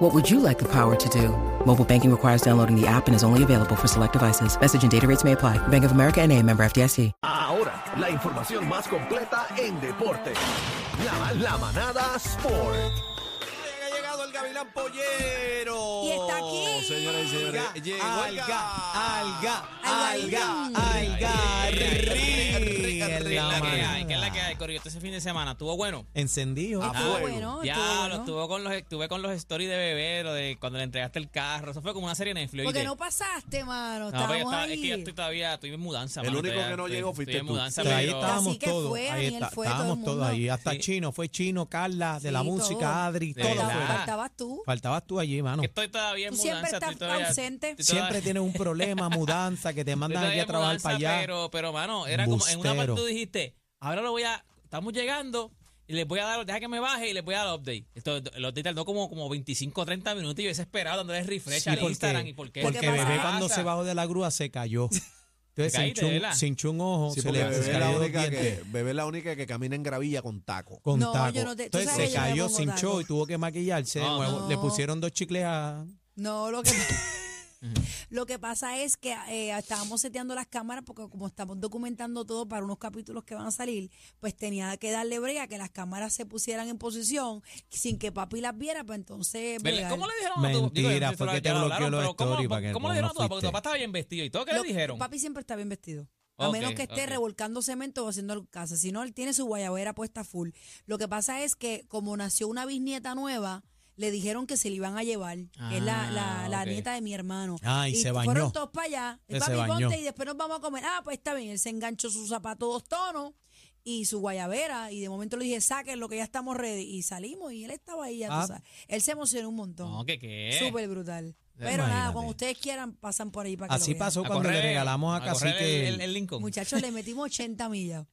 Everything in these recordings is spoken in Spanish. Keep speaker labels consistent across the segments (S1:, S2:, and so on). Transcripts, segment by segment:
S1: What would you like the power to do? Mobile banking requires downloading the app and is only available for select devices. Message and data rates may apply. Bank of America and a member FDIC.
S2: Ahora, la información más completa en deporte. La, la manada Sport.
S3: Ha llegado el Gavilán Pollero.
S4: Y
S5: Oh,
S4: está aquí.
S3: Señoras y señores, llegó el
S5: Alga, alga,
S4: Algarín.
S5: alga, algarín.
S3: Algarín.
S5: En la
S6: ¿Qué es la que hay?
S5: mañana.
S6: ¿Qué es la que hay, Corillo? Este fin de semana estuvo bueno.
S5: Encendido.
S3: Ah,
S4: Estuvo
S3: fuego.
S4: bueno,
S6: Ya,
S4: estuvo
S6: lo
S4: bueno.
S6: estuve con los, estuve con los stories de bebé, lo de cuando le entregaste el carro. Eso fue como una serie de Netflix.
S4: Porque
S6: ¿oíste?
S4: no pasaste, mano.
S6: No, pero yo
S4: Estábamos
S6: estaba-
S4: ahí.
S6: es que yo estoy todavía, estoy en mudanza.
S3: El
S6: mano,
S3: único
S6: todavía
S3: que no
S6: estoy-
S3: llegó
S6: estoy
S3: fuiste
S6: en
S3: tú.
S6: mudanza,
S5: O sea, ahí
S6: pero-
S5: estábamos
S4: Así que
S5: todos.
S4: fue,
S5: ahí
S4: Daniel,
S5: está-
S4: fue todo el
S5: estábamos todos
S4: mundo.
S5: ahí. Hasta
S6: Sí.
S5: Chino, fue Chino, Carla, de
S4: Sí,
S5: la
S4: todo.
S5: música, Adri,
S6: De
S5: todo
S6: verdad.
S5: fue.
S4: Faltaba- Estabas tú.
S5: Faltabas tú allí, mano.
S6: que Estoy todavía en
S4: Tú
S6: mudanza.
S4: siempre
S6: estoy
S4: estás
S6: todavía-
S4: ausente.
S6: estoy todavía-
S5: Siempre tienes un problema, mudanza, que te mandan
S6: estoy
S5: aquí a
S6: todavía en
S5: trabajar para
S6: mudanza,
S5: allá.
S6: Pero, pero, mano, era como en una parte
S5: Embustero.
S6: tú dijiste, ahora lo voy a, estamos llegando y les voy a dar, deja que me baje y les voy a dar update. Esto, el update tardó como, como 25 o 30 minutos y yo desesperado dándole refresh
S5: Sí,
S6: al
S5: porque-
S6: Instagram. ¿Y por qué?
S5: Porque
S4: ¿Qué
S5: bebé
S4: pasa?
S5: cuando se bajó de la grúa se cayó. Entonces se
S6: caíste,
S5: hinchó, un-
S6: ¿verdad?
S5: se hinchó un ojo,
S3: Sí,
S5: se
S3: porque
S5: le
S3: bebé,
S5: se
S3: es la
S5: cayó dos
S3: única que,
S5: dientes
S3: bebé es la única que camina en gravilla con taco.
S5: con
S4: No,
S5: taco.
S4: yo no te- tú
S5: Entonces
S4: sabes
S5: se
S4: que yo no
S5: cayó,
S4: pongo
S5: se hinchó
S4: taco.
S5: y tuvo que maquillarse. de
S6: No,
S5: nuevo.
S4: no.
S5: Le pusieron dos chicles a...
S4: No, lo que, lo que pasa es que eh, estábamos seteando las cámaras porque como estamos documentando todo para unos capítulos que van a salir, pues tenía que darle brega que las cámaras se pusieran en posición sin que papi las viera, pues entonces...
S6: ¿Verdad?
S4: bregar.
S6: ¿Cómo le dijeron a tu
S5: Mentira,
S6: digo, ya
S5: fue
S6: lo-
S5: que
S6: ya
S5: te
S6: lo
S5: bloqueó
S6: hablaron,
S5: los
S6: pero ¿cómo,
S5: stories para que
S6: ¿cómo
S5: no
S6: le dijeron a tu papá? Porque tu
S5: fuiste.
S6: papá estaba bien vestido y todo. ¿Qué
S4: Lo-
S6: le dijeron?
S4: Papi siempre está bien vestido. A
S6: Ok,
S4: menos que esté
S6: ok.
S4: revolcando cemento o haciendo el- casa. Si no, él tiene su guayabera puesta full. Lo que pasa es que como nació una bisnieta nueva, le dijeron que se le iban a llevar. que es la, la- la
S6: Ah, ok.
S4: nieta de mi hermano.
S5: Ah, y se bañó.
S4: Fueron todos para allá. Y
S5: Él se
S4: papi,
S5: bañó.
S4: ponte y después nos vamos a comer. Ah, pues está bien. Él se enganchó sus zapatos dos tonos y su guayabera. Y de momento le dije, saquen lo que ya estamos ready. Y salimos y él estaba ahí. ya tú
S5: Ah.
S4: sabes. Él se emocionó un montón.
S6: No, ¿qué qué?
S4: Súper brutal. Pero nada,
S5: Imagínate.
S4: cuando ustedes quieran, pasan por ahí para que
S5: Así
S4: lo vean.
S5: pasó cuando le
S6: correr-
S5: regalamos a
S6: correr
S5: Cacique...
S6: el, el, el Lincoln.
S4: Muchachos, le metimos 80 millas.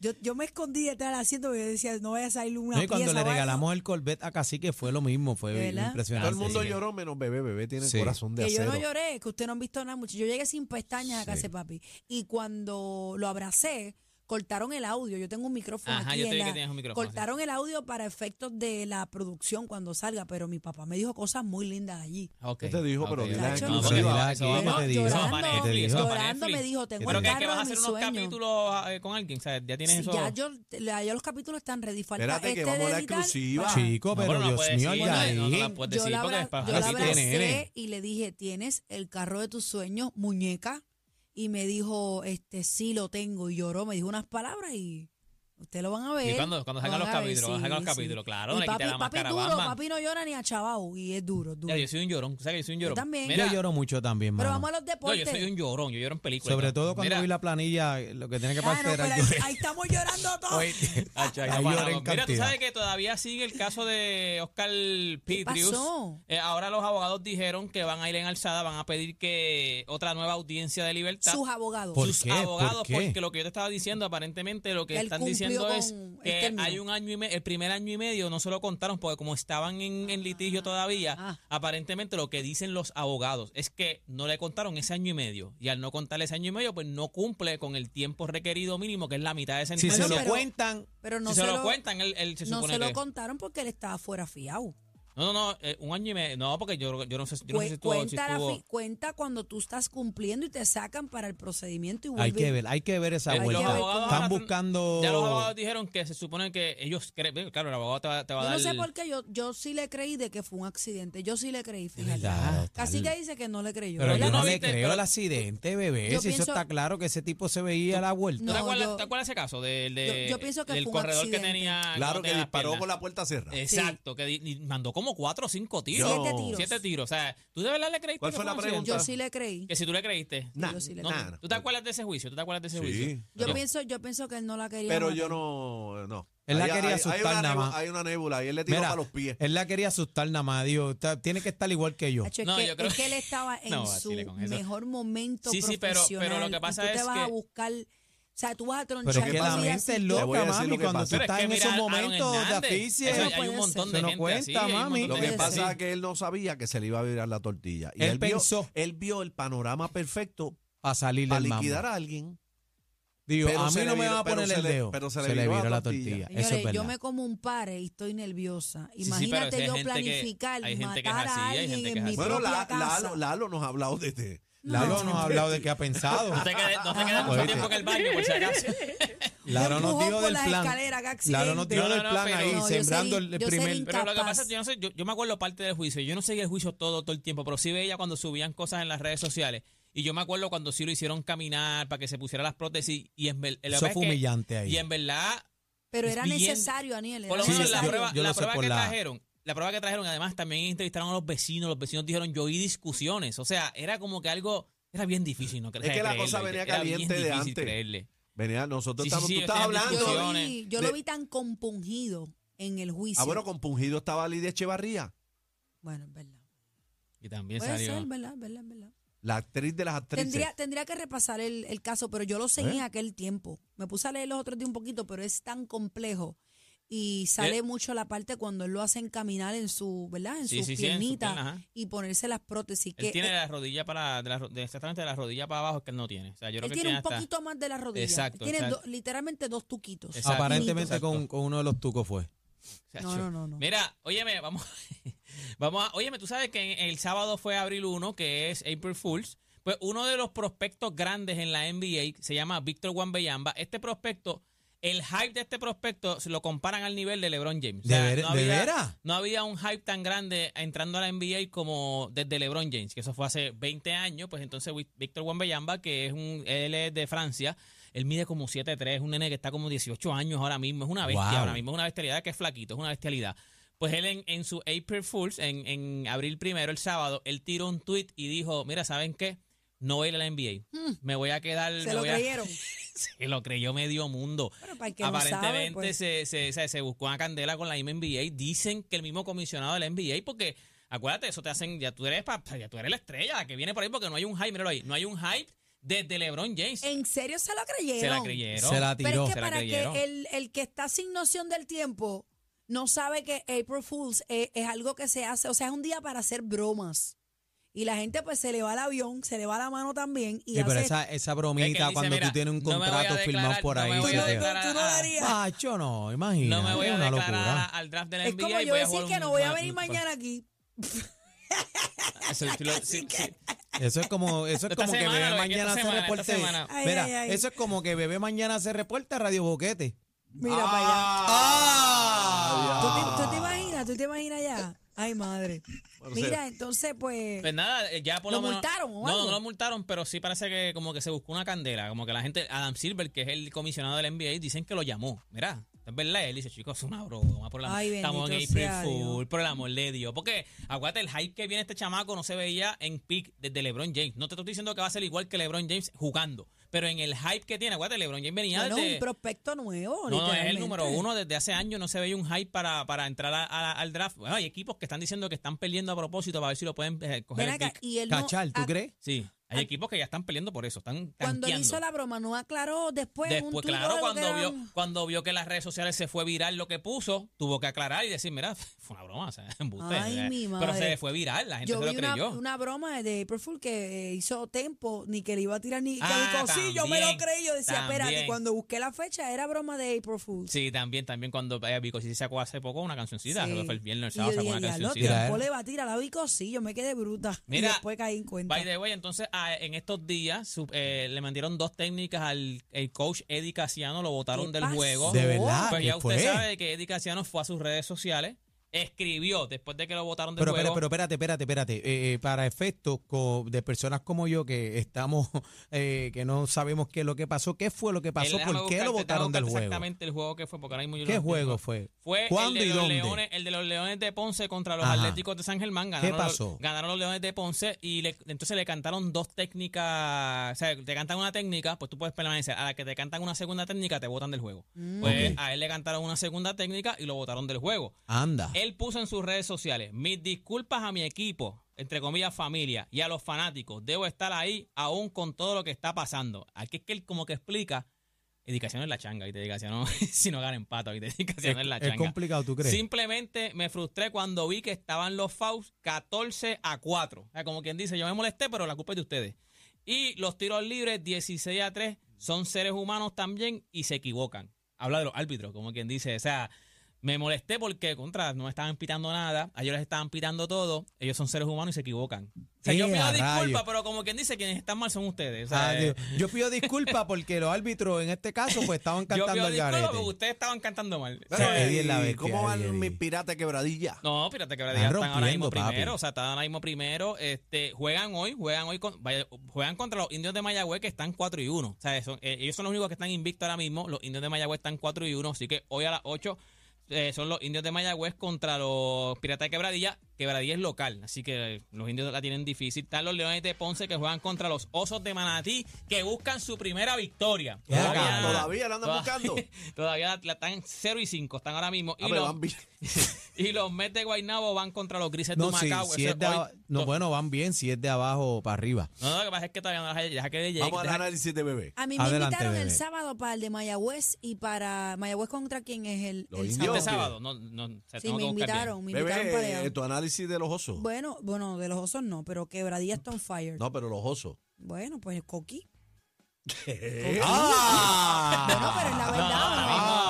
S4: Yo, yo me escondí detrás del asiento porque yo decía, no vaya a salir una
S5: No, y cuando
S4: pieza
S5: le
S4: o algo.
S5: regalamos el Corvette a Cacique fue lo mismo, fue
S4: ¿De verdad?
S5: impresionante.
S3: Todo el mundo
S5: sí.
S3: lloró menos bebé. Bebé tiene
S5: Sí.
S3: corazón de
S4: Que yo
S3: acero.
S4: no lloré, que ustedes no han visto nada mucho. Yo llegué sin pestañas a casa de papi. Y cuando lo abracé, cortaron el audio. Yo tengo un micrófono
S6: Ajá,
S4: aquí.
S6: yo
S4: en
S6: te vi
S4: la-
S6: que tenías un micrófono,
S4: Cortaron el audio para efectos de la producción cuando salga, pero mi papá me dijo cosas muy lindas allí.
S6: Ok,
S3: ¿Qué te dijo?
S6: ok,
S3: Pero
S6: ok.
S3: dile
S4: a
S6: No,
S4: Nacho,
S6: porque
S4: dile
S6: eso-
S5: a
S6: eso
S5: Nacho,
S6: va-
S5: ¿qué te
S6: eso
S5: dijo?
S6: va para
S4: Llorando,
S6: Netflix, eso va para
S4: llorando,
S6: Netflix.
S4: me dijo, tengo
S6: Pero
S4: el
S6: que, que
S4: carro
S6: vas a
S4: de
S6: hacer
S4: mis
S6: unos
S4: sueños.
S6: capítulos eh, con alguien, o sea, ya tienes
S4: Sí,
S6: eso.
S4: ya, yo, la- ya los capítulos están ready. Falta
S3: Espérate, que
S4: este
S3: vamos a
S4: de
S3: la
S4: editar.
S3: exclusiva.
S4: Ah.
S5: Chico, pero
S6: Bueno, no la
S5: Dios
S6: puedes
S5: mío,
S6: decir,
S5: Algarín.
S6: no, no la puedes
S4: yo
S6: decir
S4: la,
S6: porque es
S4: abra-
S6: para
S4: yo la
S5: Así tiene, nene.
S4: abracé y le dije, ¿tienes el carro de tus sueños, muñeca? Y me dijo, este, sí lo tengo. Y lloró, me dijo unas palabras y ustedes lo van a ver.
S6: Y cuando- cuando
S4: lo van
S6: salgan los
S4: a ver,
S6: capítulos, cuando salgan los
S4: sí,
S6: capítulos,
S4: sí.
S6: claro,
S4: Y
S6: le quité
S4: papi,
S6: la
S4: papi
S6: máscara a
S4: duro,
S6: Batman.
S4: papi no llora ni a chavao. Y es duro, duro.
S6: Ya, yo soy un llorón, tú sabes que yo soy un llorón.
S4: también.
S6: Mira,
S5: Yo lloro mucho también,
S4: Pero
S5: mano.
S4: vamos a los
S6: no,
S4: deportes. Ah,
S6: yo soy un llorón, yo lloro en películas.
S5: Sobre
S6: ¿no?
S5: todo cuando
S6: Mira,
S5: vi la planilla, eh, lo que tiene que
S4: Ah, no,
S5: pasar
S4: pero
S5: era
S4: ahí,
S5: llorar.
S4: ahí estamos llorando todos.
S5: Oye,
S6: Ay, chay, no
S5: ahí
S6: paramos.
S5: lloré en
S6: Mira, tú
S5: cantidad.
S6: sabes que todavía sigue el caso de Oscar Pitrius.
S4: pasó?
S6: Eh, ahora los abogados dijeron que van a ir en alzada, van a pedir que otra nueva audiencia de libertad.
S4: Sus abogados.
S5: Por-
S6: sus
S5: qué?
S6: abogados,
S5: qué?
S6: porque lo que yo te estaba diciendo, aparentemente lo que
S4: Él
S6: están
S4: cumplió
S6: diciendo es
S4: con el
S6: que
S4: término.
S6: hay un año y medio, el primer año y medio no se lo contaron, porque como estaban en, en litigio todavía,
S4: ah.
S6: aparentemente lo que dicen los abogados es que no le contaron ese año y medio, y al no contarle ese año y medio, pues no cumple con el tiempo requerido mínimo, que es la mitad de
S5: Si
S6: sentencia.
S5: se
S4: Bueno,
S5: lo
S4: pero-
S5: cuentan,
S4: pero
S6: Si
S4: no
S6: se, lo, cuentan, él, él se
S4: no
S6: supone
S4: se
S6: que...
S4: lo contaron porque él estaba fuera fiado.
S6: no, no, no, eh, un año y medio, no, porque yo, yo no sé, yo no sé
S4: Cue-
S6: si estuvo... si
S4: cuenta, la
S6: estuvo-
S4: fi- cuenta cuando tú estás cumpliendo y te sacan para el procedimiento y
S5: hay
S4: vuelven.
S5: que ver, hay que ver esa
S6: Eh,
S4: Hay que
S5: vuelta.
S4: ver cómo-
S5: Están
S6: ahora-
S5: buscando...
S6: Ya los abogados dijeron que se supone que ellos creen... Claro, el abogado te va, te va
S4: Yo
S6: a
S4: no
S6: dar...
S4: sé por qué, yo, yo sí le creí de que fue un accidente. Yo sí le creí,
S5: verdad,
S4: fíjate. Casi que dice que no le creyó.
S5: Pero
S6: Pero
S5: yo
S6: tú
S5: no
S6: no
S5: le
S6: viste,
S5: creo
S6: pero-
S5: al accidente, bebé.
S4: Yo
S5: si eso
S4: pienso-
S5: está claro que ese tipo se veía a la vuelta.
S6: ¿Tú
S4: No,
S6: te, acuerdas,
S4: yo-
S6: te acuerdas ese caso del, de,
S4: Yo- yo pienso que
S6: del
S4: fue un
S6: corredor que
S4: accidente.
S6: tenía
S3: Ah, Claro
S6: no
S3: que
S6: tenía las
S3: disparó
S6: piernas?
S3: con la puerta
S6: Eh,
S3: cerrada.
S6: Exacto, que di- y mandó como cuatro o cinco tiros.
S3: Siete
S4: Siete tiros.
S6: Siete tiros. O sea, ¿tú de verdad le creíste?
S3: ¿Cuál
S6: que
S3: fue la
S6: un
S3: pregunta?
S6: accidente?
S4: Yo sí le creí.
S6: Que si tú le creíste.
S3: Nah,
S4: Yo sí le-
S6: No,
S3: nah,
S6: ¿Tú te acuerdas de ese juicio? ¿Tú te acuerdas de ese
S3: Sí.
S6: juicio?
S4: Yo
S6: No.
S4: pienso, yo pienso que él no la quería.
S3: Pero
S4: matar.
S3: yo no. no.
S5: Él la
S3: Ahí-
S5: quería
S3: ahí-
S5: asustar
S3: hay una
S5: nada
S3: nebu-
S5: más.
S3: Hay una nébula y él le tiró
S5: Mira,
S3: para los pies.
S5: él la quería asustar nada más. Digo, está- tiene que estar igual que yo.
S4: Hacho, es,
S6: No,
S4: que,
S6: yo creo
S4: es que él estaba en
S6: No,
S4: su
S6: vacile con eso.
S4: mejor momento
S6: Sí, sí, pero- pero
S4: profesional.
S6: lo que pasa
S4: y tú
S6: es
S4: te vas
S6: que-
S4: a buscar sea, tú vas a tronchar
S5: Pero es que
S4: tu
S5: la
S4: vida
S5: mente es
S4: así.
S3: Te voy a
S5: loca,
S3: decir
S5: mami,
S3: lo que
S5: cuando
S3: pasa.
S5: tú
S6: Pero
S5: estás
S6: es
S5: en
S6: que mira
S5: esos
S6: a Aaron
S5: momentos de
S6: Hernández.
S5: asfixia.
S6: Eso-
S4: Eso
S6: hay
S4: puede
S6: un montón
S5: ser.
S6: de
S5: Eso no
S6: gente
S5: cuenta,
S6: así, hay un
S5: mami.
S6: montón
S4: Lo
S6: de
S4: que
S6: gente
S4: pasa
S6: así.
S4: es
S6: es
S4: que
S3: que él no sabía que se le iba a virar la tortilla. Y
S5: Él
S3: él, vio,
S5: pensó.
S3: él vio el panorama perfecto
S5: Para salir
S3: para
S5: del mambo.
S3: liquidar a alguien.
S5: Digo,
S3: Pero
S5: a
S3: se
S5: mí
S3: le
S5: no me
S3: viró-
S5: van a
S3: pero
S5: poner
S3: se
S5: el
S3: le-
S5: dedo.
S3: pero se le viró la
S5: la
S3: tortilla.
S5: tortilla.
S4: Señores,
S5: Eso es
S4: yo
S5: verdad.
S4: me como un pare y estoy nerviosa.
S6: sí, pero
S4: Imagínate
S6: es que hay
S4: yo
S6: gente que-
S4: planificar
S6: hay gente que es
S4: matar a
S6: así, hay
S4: alguien
S6: gente que
S4: en
S6: es
S4: mi
S6: así.
S3: Bueno,
S4: propia
S3: la-
S4: casa.
S3: Lalo, Lalo nos ha hablado de este.
S5: Lalo nos ha hablado de qué ha pensado.
S6: No te quedes, no te quedes mucho
S5: Oíste.
S6: tiempo en el baño, por si acaso.
S5: Claro,
S4: empujó
S5: nos dijo
S4: por
S5: del
S4: las
S5: plan.
S4: escaleras, qué accidente.
S5: Claro, nos dijo
S6: No,
S5: del
S6: no, no,
S5: plan
S6: pero-
S5: ahí,
S6: No,
S4: yo
S5: sembrando
S4: sería-
S5: el
S4: yo
S5: primer.
S4: sería-
S6: Pero lo que
S4: Capaz.
S6: pasa es que yo no sé, yo, yo me acuerdo parte del juicio, yo no seguí el juicio todo, todo el tiempo, pero sí veía cuando subían cosas en las redes sociales. Y yo me acuerdo cuando sí lo hicieron caminar para que se pusiera las prótesis. Y en, ver- la
S5: Eso
S6: verdad es
S5: fue
S6: que-
S5: humillante ahí.
S6: Y en verdad,
S4: Pero era
S6: bien-
S4: necesario, Aniel. Era
S6: por lo menos
S5: Sí,
S6: la
S5: yo-
S4: necesario.
S6: prueba,
S5: yo lo
S6: la
S5: sé
S6: prueba
S5: por
S6: que
S5: la-
S6: trajeron, la prueba que trajeron, además también entrevistaron a los vecinos, los vecinos dijeron yo y discusiones. O sea, era como que algo, era bien difícil, ¿no crees?
S3: que la cosa
S6: creerlo,
S3: venía
S6: era bien
S3: caliente de
S6: difícil
S3: antes.
S6: creerle.
S3: Venía, nosotros
S6: Sí, sí,
S3: estamos,
S6: sí,
S3: tú
S6: yo
S3: estás
S6: estoy en
S3: hablando.
S4: Yo, lo
S6: discusión.
S4: vi, yo
S3: de-
S4: lo vi tan compungido en el juicio.
S3: Ah, bueno, compungido estaba Lidia Echevarría,
S4: Bueno, es verdad.
S6: Y también
S4: Puede
S6: salió.
S4: ser, ¿verdad? ¿verdad? ¿verdad?
S3: la actriz de las actrices.
S4: Tendría, tendría que repasar el, el caso, pero yo lo seguí
S3: ¿Eh?
S4: en aquel tiempo. Me puse a leer los otros días un poquito, pero es tan complejo. Y sale
S6: Eh.
S4: mucho la parte cuando él lo hacen caminar en su, ¿verdad? En
S6: Sí,
S4: sus
S6: sí, sí, en sus
S4: piernitas
S6: piernas, ajá.
S4: y ponerse las prótesis.
S6: Él
S4: que
S6: tiene
S4: él,
S6: la rodilla para, de la ro- de exactamente de la rodilla para abajo que él no tiene. O sea, yo creo
S4: él
S6: que
S4: tiene un
S6: hasta-
S4: poquito más de la rodilla. Él
S6: Exacto,
S4: tiene
S6: exacto.
S4: do- literalmente dos tuquitos.
S6: Exacto.
S5: Aparentemente
S6: Exacto.
S5: con, con uno de los tucos fue.
S6: o sea,
S4: No,
S6: yo-
S4: no, no, no.
S6: Mira, óyeme, vamos, vamos a, óyeme, tú sabes que en- el sábado fue abril 1, que es April Fools. Pues uno de los prospectos grandes en la NBA se llama Víctor Wambeyamba. Este prospecto, el hype de este prospecto se lo comparan al nivel de LeBron James. O sea,
S5: ¿De ver- de
S6: había-
S5: veras?
S6: No había un hype tan grande entrando a la NBA como desde LeBron James, que eso fue hace 20 años. Pues entonces Wi- Víctor Wambeyamba, que es un, él es de Francia, él mide como 7'3, es un nene que está como 18 años ahora mismo, es una bestia
S5: Wow.
S6: ahora mismo, es una bestialidad que es flaquito, es una bestialidad. Pues él en, en su April Fools, en, en abril primero, el sábado, él tiró un tweet y dijo, mira, ¿saben qué? No voy a ir a la NBA. Me voy a quedar...
S4: Hmm. Se
S6: me
S4: lo
S6: voy a-
S4: creyeron.
S6: se lo creyó medio mundo.
S4: Bueno, para el que no sabe,
S6: Aparentemente
S4: pues.
S6: se, se, se- se buscó una candela con la misma NBA. Dicen que el mismo comisionado de la NBA, porque acuérdate, eso te hacen, ya tú eres, pa- ya tú eres la estrella la que viene por ahí porque no hay un hype, míralo ahí, no hay un hype desde LeBron James.
S4: ¿En serio se lo creyeron?
S6: se la creyeron.
S5: Se la
S4: Pero
S5: tiró.
S4: es que
S6: Se la
S4: para
S6: creyeron.
S4: que el, el que está sin noción del tiempo no sabe que April Fools es, es algo que se hace, o sea, es un día para hacer bromas. Y la gente pues se le va el avión, se le va la mano también y
S5: Sí, pero
S4: hace-
S5: esa, esa
S6: Es que
S5: bromita
S6: dice,
S5: cuando
S6: mira,
S5: tú tienes un
S6: no me voy a
S5: contrato firmado
S6: declarar,
S5: por
S6: no me
S5: ahí.
S6: voy
S5: sí
S6: a
S5: te-
S6: declarar
S4: Tú no
S6: a-
S4: darías.
S5: Macho, no, imagina.
S6: no me voy a
S5: es una
S6: declarar a-
S5: locura.
S6: al draft de la
S4: es
S6: NBA.
S4: como
S6: y
S4: yo
S6: voy
S4: decir
S6: a jugar
S4: que
S6: un-
S4: no voy a venir mañana aquí.
S6: Eso, sí, lo- sí, sí.
S5: Eso es como, eso es
S6: Esta
S5: como que
S6: semana,
S5: bebé
S6: lo que-
S5: mañana
S6: esta
S5: se
S6: semana, esta
S5: reporte.
S6: semana.
S4: Ay,
S5: Mira,
S4: ay, ay.
S5: eso es como que bebé mañana se reporte a Radio Boquete.
S4: Mira para allá. ¿Tú,
S5: Ah.
S4: te, tú te imaginas? ¿Tú te imaginas ya? Ay, madre. Mira, entonces pues
S6: Pues nada, eh, ya por lo,
S4: ¿Lo
S6: menos-
S4: multaron o
S6: no,
S4: algo?
S6: no lo multaron, pero sí parece que como que se buscó una candela. Como que la gente, Adam Silver, que es el comisionado del NBA, dicen que lo llamó. Mirá, es verdad. Él dice, chicos, es una broma. Por la,
S4: Ay,
S6: estamos en
S4: bendito
S6: April
S4: sea
S6: Fool, por el amor de Dios. Porque, aguante, el hype que viene este chamaco no se veía en peak desde LeBron James. No te estoy diciendo que va a ser igual que LeBron James jugando, pero en el hype que tiene, aguante, LeBron James venía
S4: bueno,
S6: de...
S4: un prospecto nuevo.
S6: No, no, es el
S4: literalmente.
S6: número uno. Desde hace años no se veía un hype para, para entrar a- a- al draft. Bueno, hay equipos que están diciendo que están perdiendo a propósito para ver si lo pueden eh, coger.
S4: Ven
S6: el
S4: acá,
S6: pick.
S4: y él no-
S5: Cachal, ¿tú
S4: a-
S5: crees?
S6: Sí, hay equipos que ya están peleando por eso, están
S4: Ah. Cuando él
S6: tanqueando.
S4: hizo la broma, no aclaró después. en un
S6: Después,
S4: tuit o
S6: claro,
S4: algo que
S6: cuando
S4: era
S6: vio,
S4: un-
S6: cuando vio que las redes sociales se fue viral lo que puso, tuvo que aclarar y decir, mira, fue una broma, o sea, embuste,
S4: Ay,
S6: eh.
S4: mi
S6: Pero se
S4: madre.
S6: le fue viral, la gente
S4: Yo
S6: se lo
S4: vi una,
S6: creyó.
S4: una broma de April Fool que eh, hizo Tempo, ni que le iba a tirar ni que
S6: Ah,
S4: dijo, sí, yo me lo
S6: también,
S4: creí. Yo decía, espérate,
S6: también.
S4: cuando busqué la fecha era broma de April Fool.
S6: Sí, también, también cuando eh, Vico sí sacó hace poco una cancioncita,
S4: Sí.
S6: creo que fue el viernes, el
S4: Y yo
S6: sábado sacó
S4: dije,
S6: una
S4: ya lo
S5: tira,
S6: cancioncita.
S5: eh.
S4: Tempo le va a tirar a Vico, sí, yo me quedé bruta.
S6: Mira,
S4: y después caí en cuenta.
S6: By the way, entonces a- en estos días su- eh, le mandaron dos técnicas al el coach Eddie Casiano, lo botaron
S4: ¿Qué
S6: del juego.
S4: pasó?
S5: De verdad,
S6: Pues
S5: ¿qué
S6: ya usted
S5: fue?
S6: sabe que Eddie Casiano fue a sus redes sociales, escribió después de que lo botaron del
S5: Pero,
S6: juego.
S5: pero, pero espérate, espérate, espérate. Eh, eh, para efectos co- de personas como yo que estamos, eh, que no sabemos qué es lo que pasó, qué fue lo que pasó,
S6: Él- déjame
S5: por qué lo
S6: buscarte,
S5: votaron
S6: déjame
S5: del
S6: buscarte
S5: juego.
S6: Exactamente el juego que fue, porque ahora mismo yo
S5: ¿Qué
S6: no-
S5: juego fue?
S6: Fue el
S5: ¿Cuándo
S6: de
S5: y
S6: los
S5: dónde?
S6: Leones, el de los Leones de Ponce contra los
S5: Ajá.
S6: Atléticos de San Germán. Ganaron los-
S5: pasó?
S6: ganaron los Leones de Ponce y le- entonces le cantaron dos técnicas. O sea, te cantan una técnica, pues tú puedes permanecer. A la que te cantan una segunda técnica, te botan del juego. Pues
S5: Ok.
S6: a él le cantaron una segunda técnica y lo botaron del juego.
S5: Anda.
S6: Él puso en sus redes sociales, mis disculpas a mi equipo, entre comillas familia, y a los fanáticos. Debo estar ahí aún con todo lo que está pasando. Aquí es que él como que explica Dedicación es la changa, ¿viste? Dedicación no- si no gana empata, ¿viste? Dedicación es la
S5: Es
S6: changa.
S5: complicado, ¿tú crees?
S6: Simplemente me frustré cuando vi que estaban los fouls 14 a 4. O sea, como quien dice, yo me molesté, pero la culpa es de ustedes. Y los tiros libres 16 a 3 son seres humanos también y se equivocan. Habla de los árbitros, como quien dice. O sea, me molesté porque contra no me estaban pitando nada, a ellos les estaban pitando todo, ellos son seres humanos y se equivocan. O sea, yo
S5: ¡Eh,
S6: pido
S5: a
S6: disculpas,
S5: rayos!
S6: pero como quien dice, quienes están mal son ustedes. O sea,
S5: Ah, Dios. Yo pido disculpas porque los árbitros en este caso pues estaban
S6: yo
S5: cantando
S6: pido
S5: al
S6: disculpas porque
S5: garete.
S6: ustedes estaban cantando mal. O
S5: Pero,
S6: sea,
S5: eh, bien la
S2: ¿y
S5: bestia,
S2: ¿Cómo van
S5: bien,
S2: mis
S5: bien.
S2: piratas quebradilla?
S6: No, Pirata Quebradilla
S5: Están
S6: están ahora mismo
S5: rompiendo, papi.
S6: primero, o sea, están ahora mismo primero, este, juegan hoy, juegan hoy, con- vaya, juegan contra los indios de Mayagüez que están 4 y 1, o sea, son- eh, ellos son los únicos que están invictos ahora mismo, los indios de Mayagüez están 4 y 1, así que hoy a las 8 eh, son los indios de Mayagüez contra los Piratas de Quebradilla, Quebradilla es local, así que eh, los indios la tienen difícil, están los Leones de Ponce que juegan contra los Osos de Manatí que buscan su primera victoria.
S5: Ya,
S3: Ah,
S5: cabrón.
S2: Todavía la andan buscando.
S6: Todavía la, la están 0 y 5, están ahora mismo.
S2: Ah,
S6: y
S2: pero
S6: los-
S2: van bien.
S6: y los Mets de Guaynabo van contra los Grises
S5: No,
S6: de
S5: si,
S6: Macao.
S5: si
S6: Eso
S5: es de
S6: hoy-
S5: a- no, bueno, van bien si es de abajo para arriba.
S6: No, no, lo que pasa es que todavía no las hay- deja que llegue.
S2: Vamos al
S6: deja-
S2: análisis de bebé.
S4: A mí me
S5: Adelante,
S4: invitaron el
S5: bebé.
S4: sábado para el de Mayagüez y para Mayagüez contra quién es el,
S2: Los
S4: el
S2: indios.
S6: Este
S2: Yo-
S6: sábado, no, no, o sea,
S4: Sí,
S6: tengo
S4: me
S6: que buscar bien.
S4: invitaron, me invitaron para
S2: Bebé,
S4: allá.
S2: eh, tu análisis de los osos.
S4: Bueno, bueno, de los osos no, pero quebradilla está on fire.
S2: No, pero los osos. Eh,
S4: Bueno, pues Coqui.
S5: ¡Ah!
S4: Bueno, pero es la
S6: No, no,
S4: verdad.
S6: ahora mismo,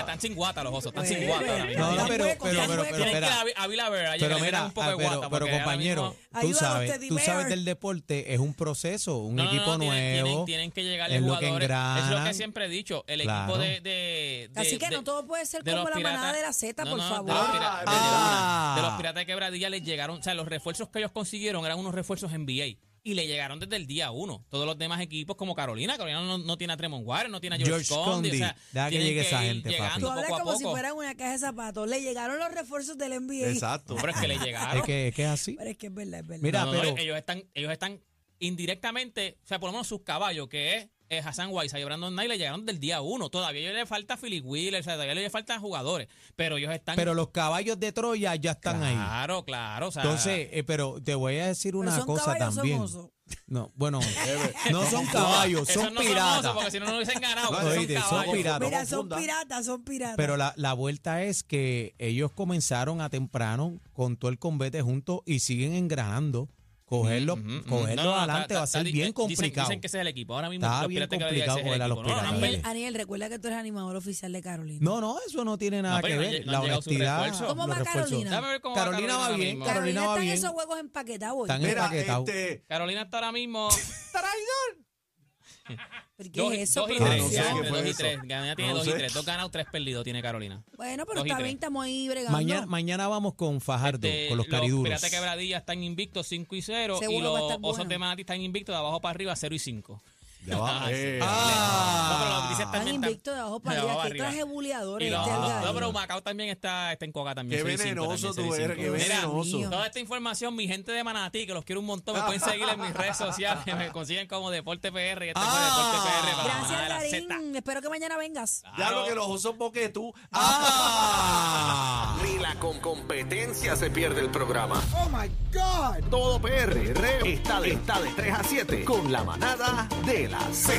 S6: Están, están sin guata los osos, están sin
S4: Eh,
S6: guata ahora mismo.
S5: No, no,
S6: Tienen-
S5: pero,
S4: hueco,
S5: pero,
S4: ya
S5: pero,
S4: hueco.
S5: pero,
S6: tienen que ir a
S5: espera.
S6: Avi- a Vila Verde,
S5: Pero
S6: que le
S5: mira,
S6: dan un poco
S5: ah,
S6: de
S5: pero-
S6: guata.
S5: pero
S6: porque ahora
S5: compañero,
S6: mismo-
S5: tú
S4: Ayúdanos,
S5: sabes,
S4: Teddy
S5: tú sabes
S4: Bear.
S5: del deporte, es un proceso, un
S6: No, no,
S5: equipo
S6: no, tienen- tienen-
S5: nuevo.
S6: Tienen, que llegar
S5: es lo
S6: jugadores.
S5: que
S6: es lo que
S5: engranan.
S6: siempre he dicho. El
S5: Claro.
S6: equipo de. de, de-
S4: Así que
S6: de-
S4: no todo puede ser
S6: de
S4: como
S6: los
S4: la manada
S6: piratas.
S4: de la Z,
S6: No,
S4: por
S6: no, de los
S4: favor.
S6: piratas- de- de
S5: Ah.
S6: una. De los piratas de quebradilla les llegaron. O sea, los refuerzos que ellos consiguieron eran unos refuerzos NBA. Y le llegaron desde el día uno. Todos los demás equipos, como Carolina, Carolina no, no tiene a Tremont Warren, no tiene a George,
S5: George
S6: Condi.
S5: Condi.
S6: O sea,
S5: Deja que
S6: tienen
S5: llegue esa
S6: ir
S5: gente, papi.
S6: llegando
S4: Tú hablas
S6: poco a
S4: como si
S6: poco.
S4: fueran una caja de zapatos. Le llegaron los refuerzos del NBA.
S2: Exacto.
S6: Pero es que le llegaron.
S5: Es que, es que es así.
S4: Pero es que es verdad, es verdad.
S5: Mira,
S6: No, no,
S5: pero
S6: ellos están, ellos están indirectamente, o sea, por lo menos sus caballos, que es, eh, Hassan Weiss y Brandon Knight, le llegaron del día uno. Todavía a ellos le falta Philip Wheeler, o sea, todavía le faltan jugadores. Pero ellos están.
S5: pero los caballos de Troya ya están ahí.
S6: claro, claro. O sea,
S5: Entonces, eh, pero te voy a decir
S4: Pero
S5: una
S4: son
S5: cosa
S4: caballos, son
S5: también.
S4: osos.
S5: No, bueno, no son caballos,
S6: esos
S5: son
S6: no osos,
S5: piratas.
S6: porque si no, no hubiesen ganado.
S2: No,
S6: porque
S5: oíste, son
S6: caballos.
S5: piratas. Claro,
S4: Mira, son
S2: confunda.
S4: piratas, son piratas.
S5: Pero la, la vuelta es que ellos comenzaron a temprano con todo el combate juntos y siguen engranando. Cogerlo,
S6: Ujú, ujú. Mm, No,
S5: cogerlo
S6: no, no,
S5: adelante
S6: está-
S5: va a
S6: está-
S5: ser
S6: di-
S5: bien
S6: dicen-
S5: complicado.
S6: Dicen que ese es el equipo. Ahora mismo
S5: Está
S6: los
S5: bien
S6: piratas que
S5: complicado
S6: había, ese es el
S5: jugar a los
S6: equipo. No, no,
S5: piratas.
S6: han
S4: Aniel,
S5: Dale.
S4: Aniel, recuerda que tú eres animador oficial de Carolina.
S5: No, no, eso no tiene nada
S6: No,
S5: que
S6: pero no
S5: ver.
S6: lle- no
S5: la
S6: han llegado sus
S5: honestidad.
S6: refuerzos.
S4: ¿Cómo va
S5: los refuerzos.
S4: Carolina?
S6: Déjame ver cómo va
S5: Carolina va
S6: ahora
S5: bien,
S6: mismo.
S5: Carolina
S4: Carolina
S5: va
S4: están
S5: bien.
S4: esos juegos empaquetados.
S5: Están
S2: Mira,
S5: empaquetados.
S2: este.
S6: Carolina está ahora mismo.
S4: ¿Pero
S6: dos-
S4: ¿Qué es eso?
S6: dos Ah, y
S2: pero
S6: tres.
S2: no sé
S6: ya,
S2: qué
S6: hombre,
S2: fue
S6: dos y
S2: eso.
S6: tres. Carolina tiene
S2: No
S6: dos y
S2: sé.
S6: tres. Dos ganados, tres perdidos tiene Carolina.
S4: Bueno, pero
S6: Dos y
S4: está
S6: tres.
S4: bien, estamos ahí bregando.
S5: Mañana, mañana vamos con Fajardo,
S6: Este,
S5: con los
S6: Los
S5: cariduros.
S6: Piratas de Quebradilla están invictos 5 y 0 y
S4: Seguro
S6: los
S4: va a estar
S6: Osos
S4: bueno.
S6: de Manatí están invictos de abajo para arriba 0 y 5.
S2: Ya va. eh,
S5: Ah.
S6: No, pero los Grises
S4: Están
S6: también
S4: invictos de abajo para
S6: de abajo
S4: arriba. Qué
S6: arriba.
S4: traje
S6: Y
S4: buleadores
S6: los-
S4: este
S6: no,
S4: Algarve.
S6: pero Macao también está, está en coca también.
S2: Qué
S6: 0 y 5
S2: venenoso
S6: también,
S2: tú
S6: 0 y
S2: eres,
S6: 5.
S2: qué
S4: Dios
S2: venenoso.
S4: mío.
S6: Toda esta información, mi gente de Manatí, que los quiero un montón, me pueden seguir en mis redes sociales, me consiguen como Deporte PR y este fue Deporte PR para la manada de
S4: Gracias,
S6: la Z.
S4: Darín. Espero que mañana vengas.
S2: Ya lo
S6: Claro.
S2: que los osos boques tú.
S5: ¡Ah!
S2: Ni la con competencia se pierde el programa. Oh my God. Todo PR está de, está de 3 a 7 con la manada de la Z.